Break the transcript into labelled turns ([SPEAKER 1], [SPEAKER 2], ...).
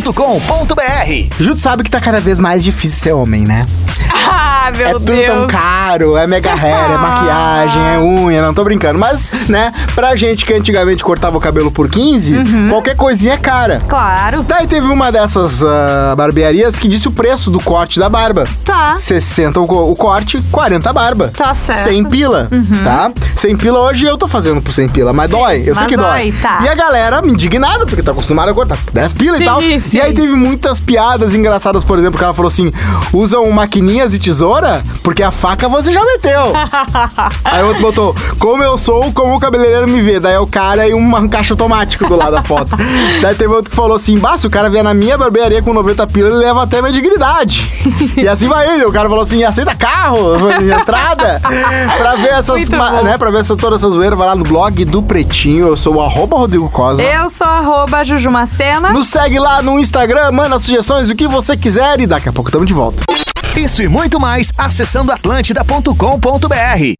[SPEAKER 1] Atlântida.com.br
[SPEAKER 2] Juto sabe que tá cada vez mais difícil ser homem, né?
[SPEAKER 3] Ah, meu
[SPEAKER 2] é tudo tão
[SPEAKER 3] Deus.
[SPEAKER 2] caro, é mega hair, é maquiagem, é unha, não tô brincando. Mas, né, pra gente que antigamente cortava o cabelo por 15,
[SPEAKER 3] Uhum.
[SPEAKER 2] qualquer coisinha é cara.
[SPEAKER 3] Claro.
[SPEAKER 2] Daí teve uma dessas ah, barbearias que disse o preço do corte da barba.
[SPEAKER 3] Tá.
[SPEAKER 2] 60 o co- o corte, 40 a barba.
[SPEAKER 3] Tá certo. Uhum.
[SPEAKER 2] 100 pila, tá? 100 pila hoje eu tô fazendo por 100 pila, mas dói, eu sei
[SPEAKER 3] mas
[SPEAKER 2] que dói.
[SPEAKER 3] dói, tá.
[SPEAKER 2] E a galera indignada, porque tá acostumada a cortar 10 pila e tal.
[SPEAKER 3] Sim, sim.
[SPEAKER 2] E aí teve muitas piadas engraçadas, por exemplo, que ela falou assim: usam maquininhas e tesoura, porque a faca você já meteu. aí o outro botou: como eu sou, como o cabeleireiro me vê. Daí é o cara e um caixa automático do lado da foto. Daí teve outro que falou assim: bah, se o cara vier na minha barbearia com 90 pila, ele leva até minha dignidade. e assim vai ele. O cara falou assim: aceita carro, entrada. pra ver essas,
[SPEAKER 3] Muito
[SPEAKER 2] ma-
[SPEAKER 3] bom.
[SPEAKER 2] né, pra ver essa, toda essa zoeira, vai lá no blog do Pretinho. Eu sou o arroba Rodrigo Cosma.
[SPEAKER 3] Eu sou arroba Jujumacena.
[SPEAKER 2] Nos segue lá no Instagram, manda sugestões, o que você quiser e daqui a pouco tamo de volta.
[SPEAKER 1] Isso e muito mais acessando atlântida.com.br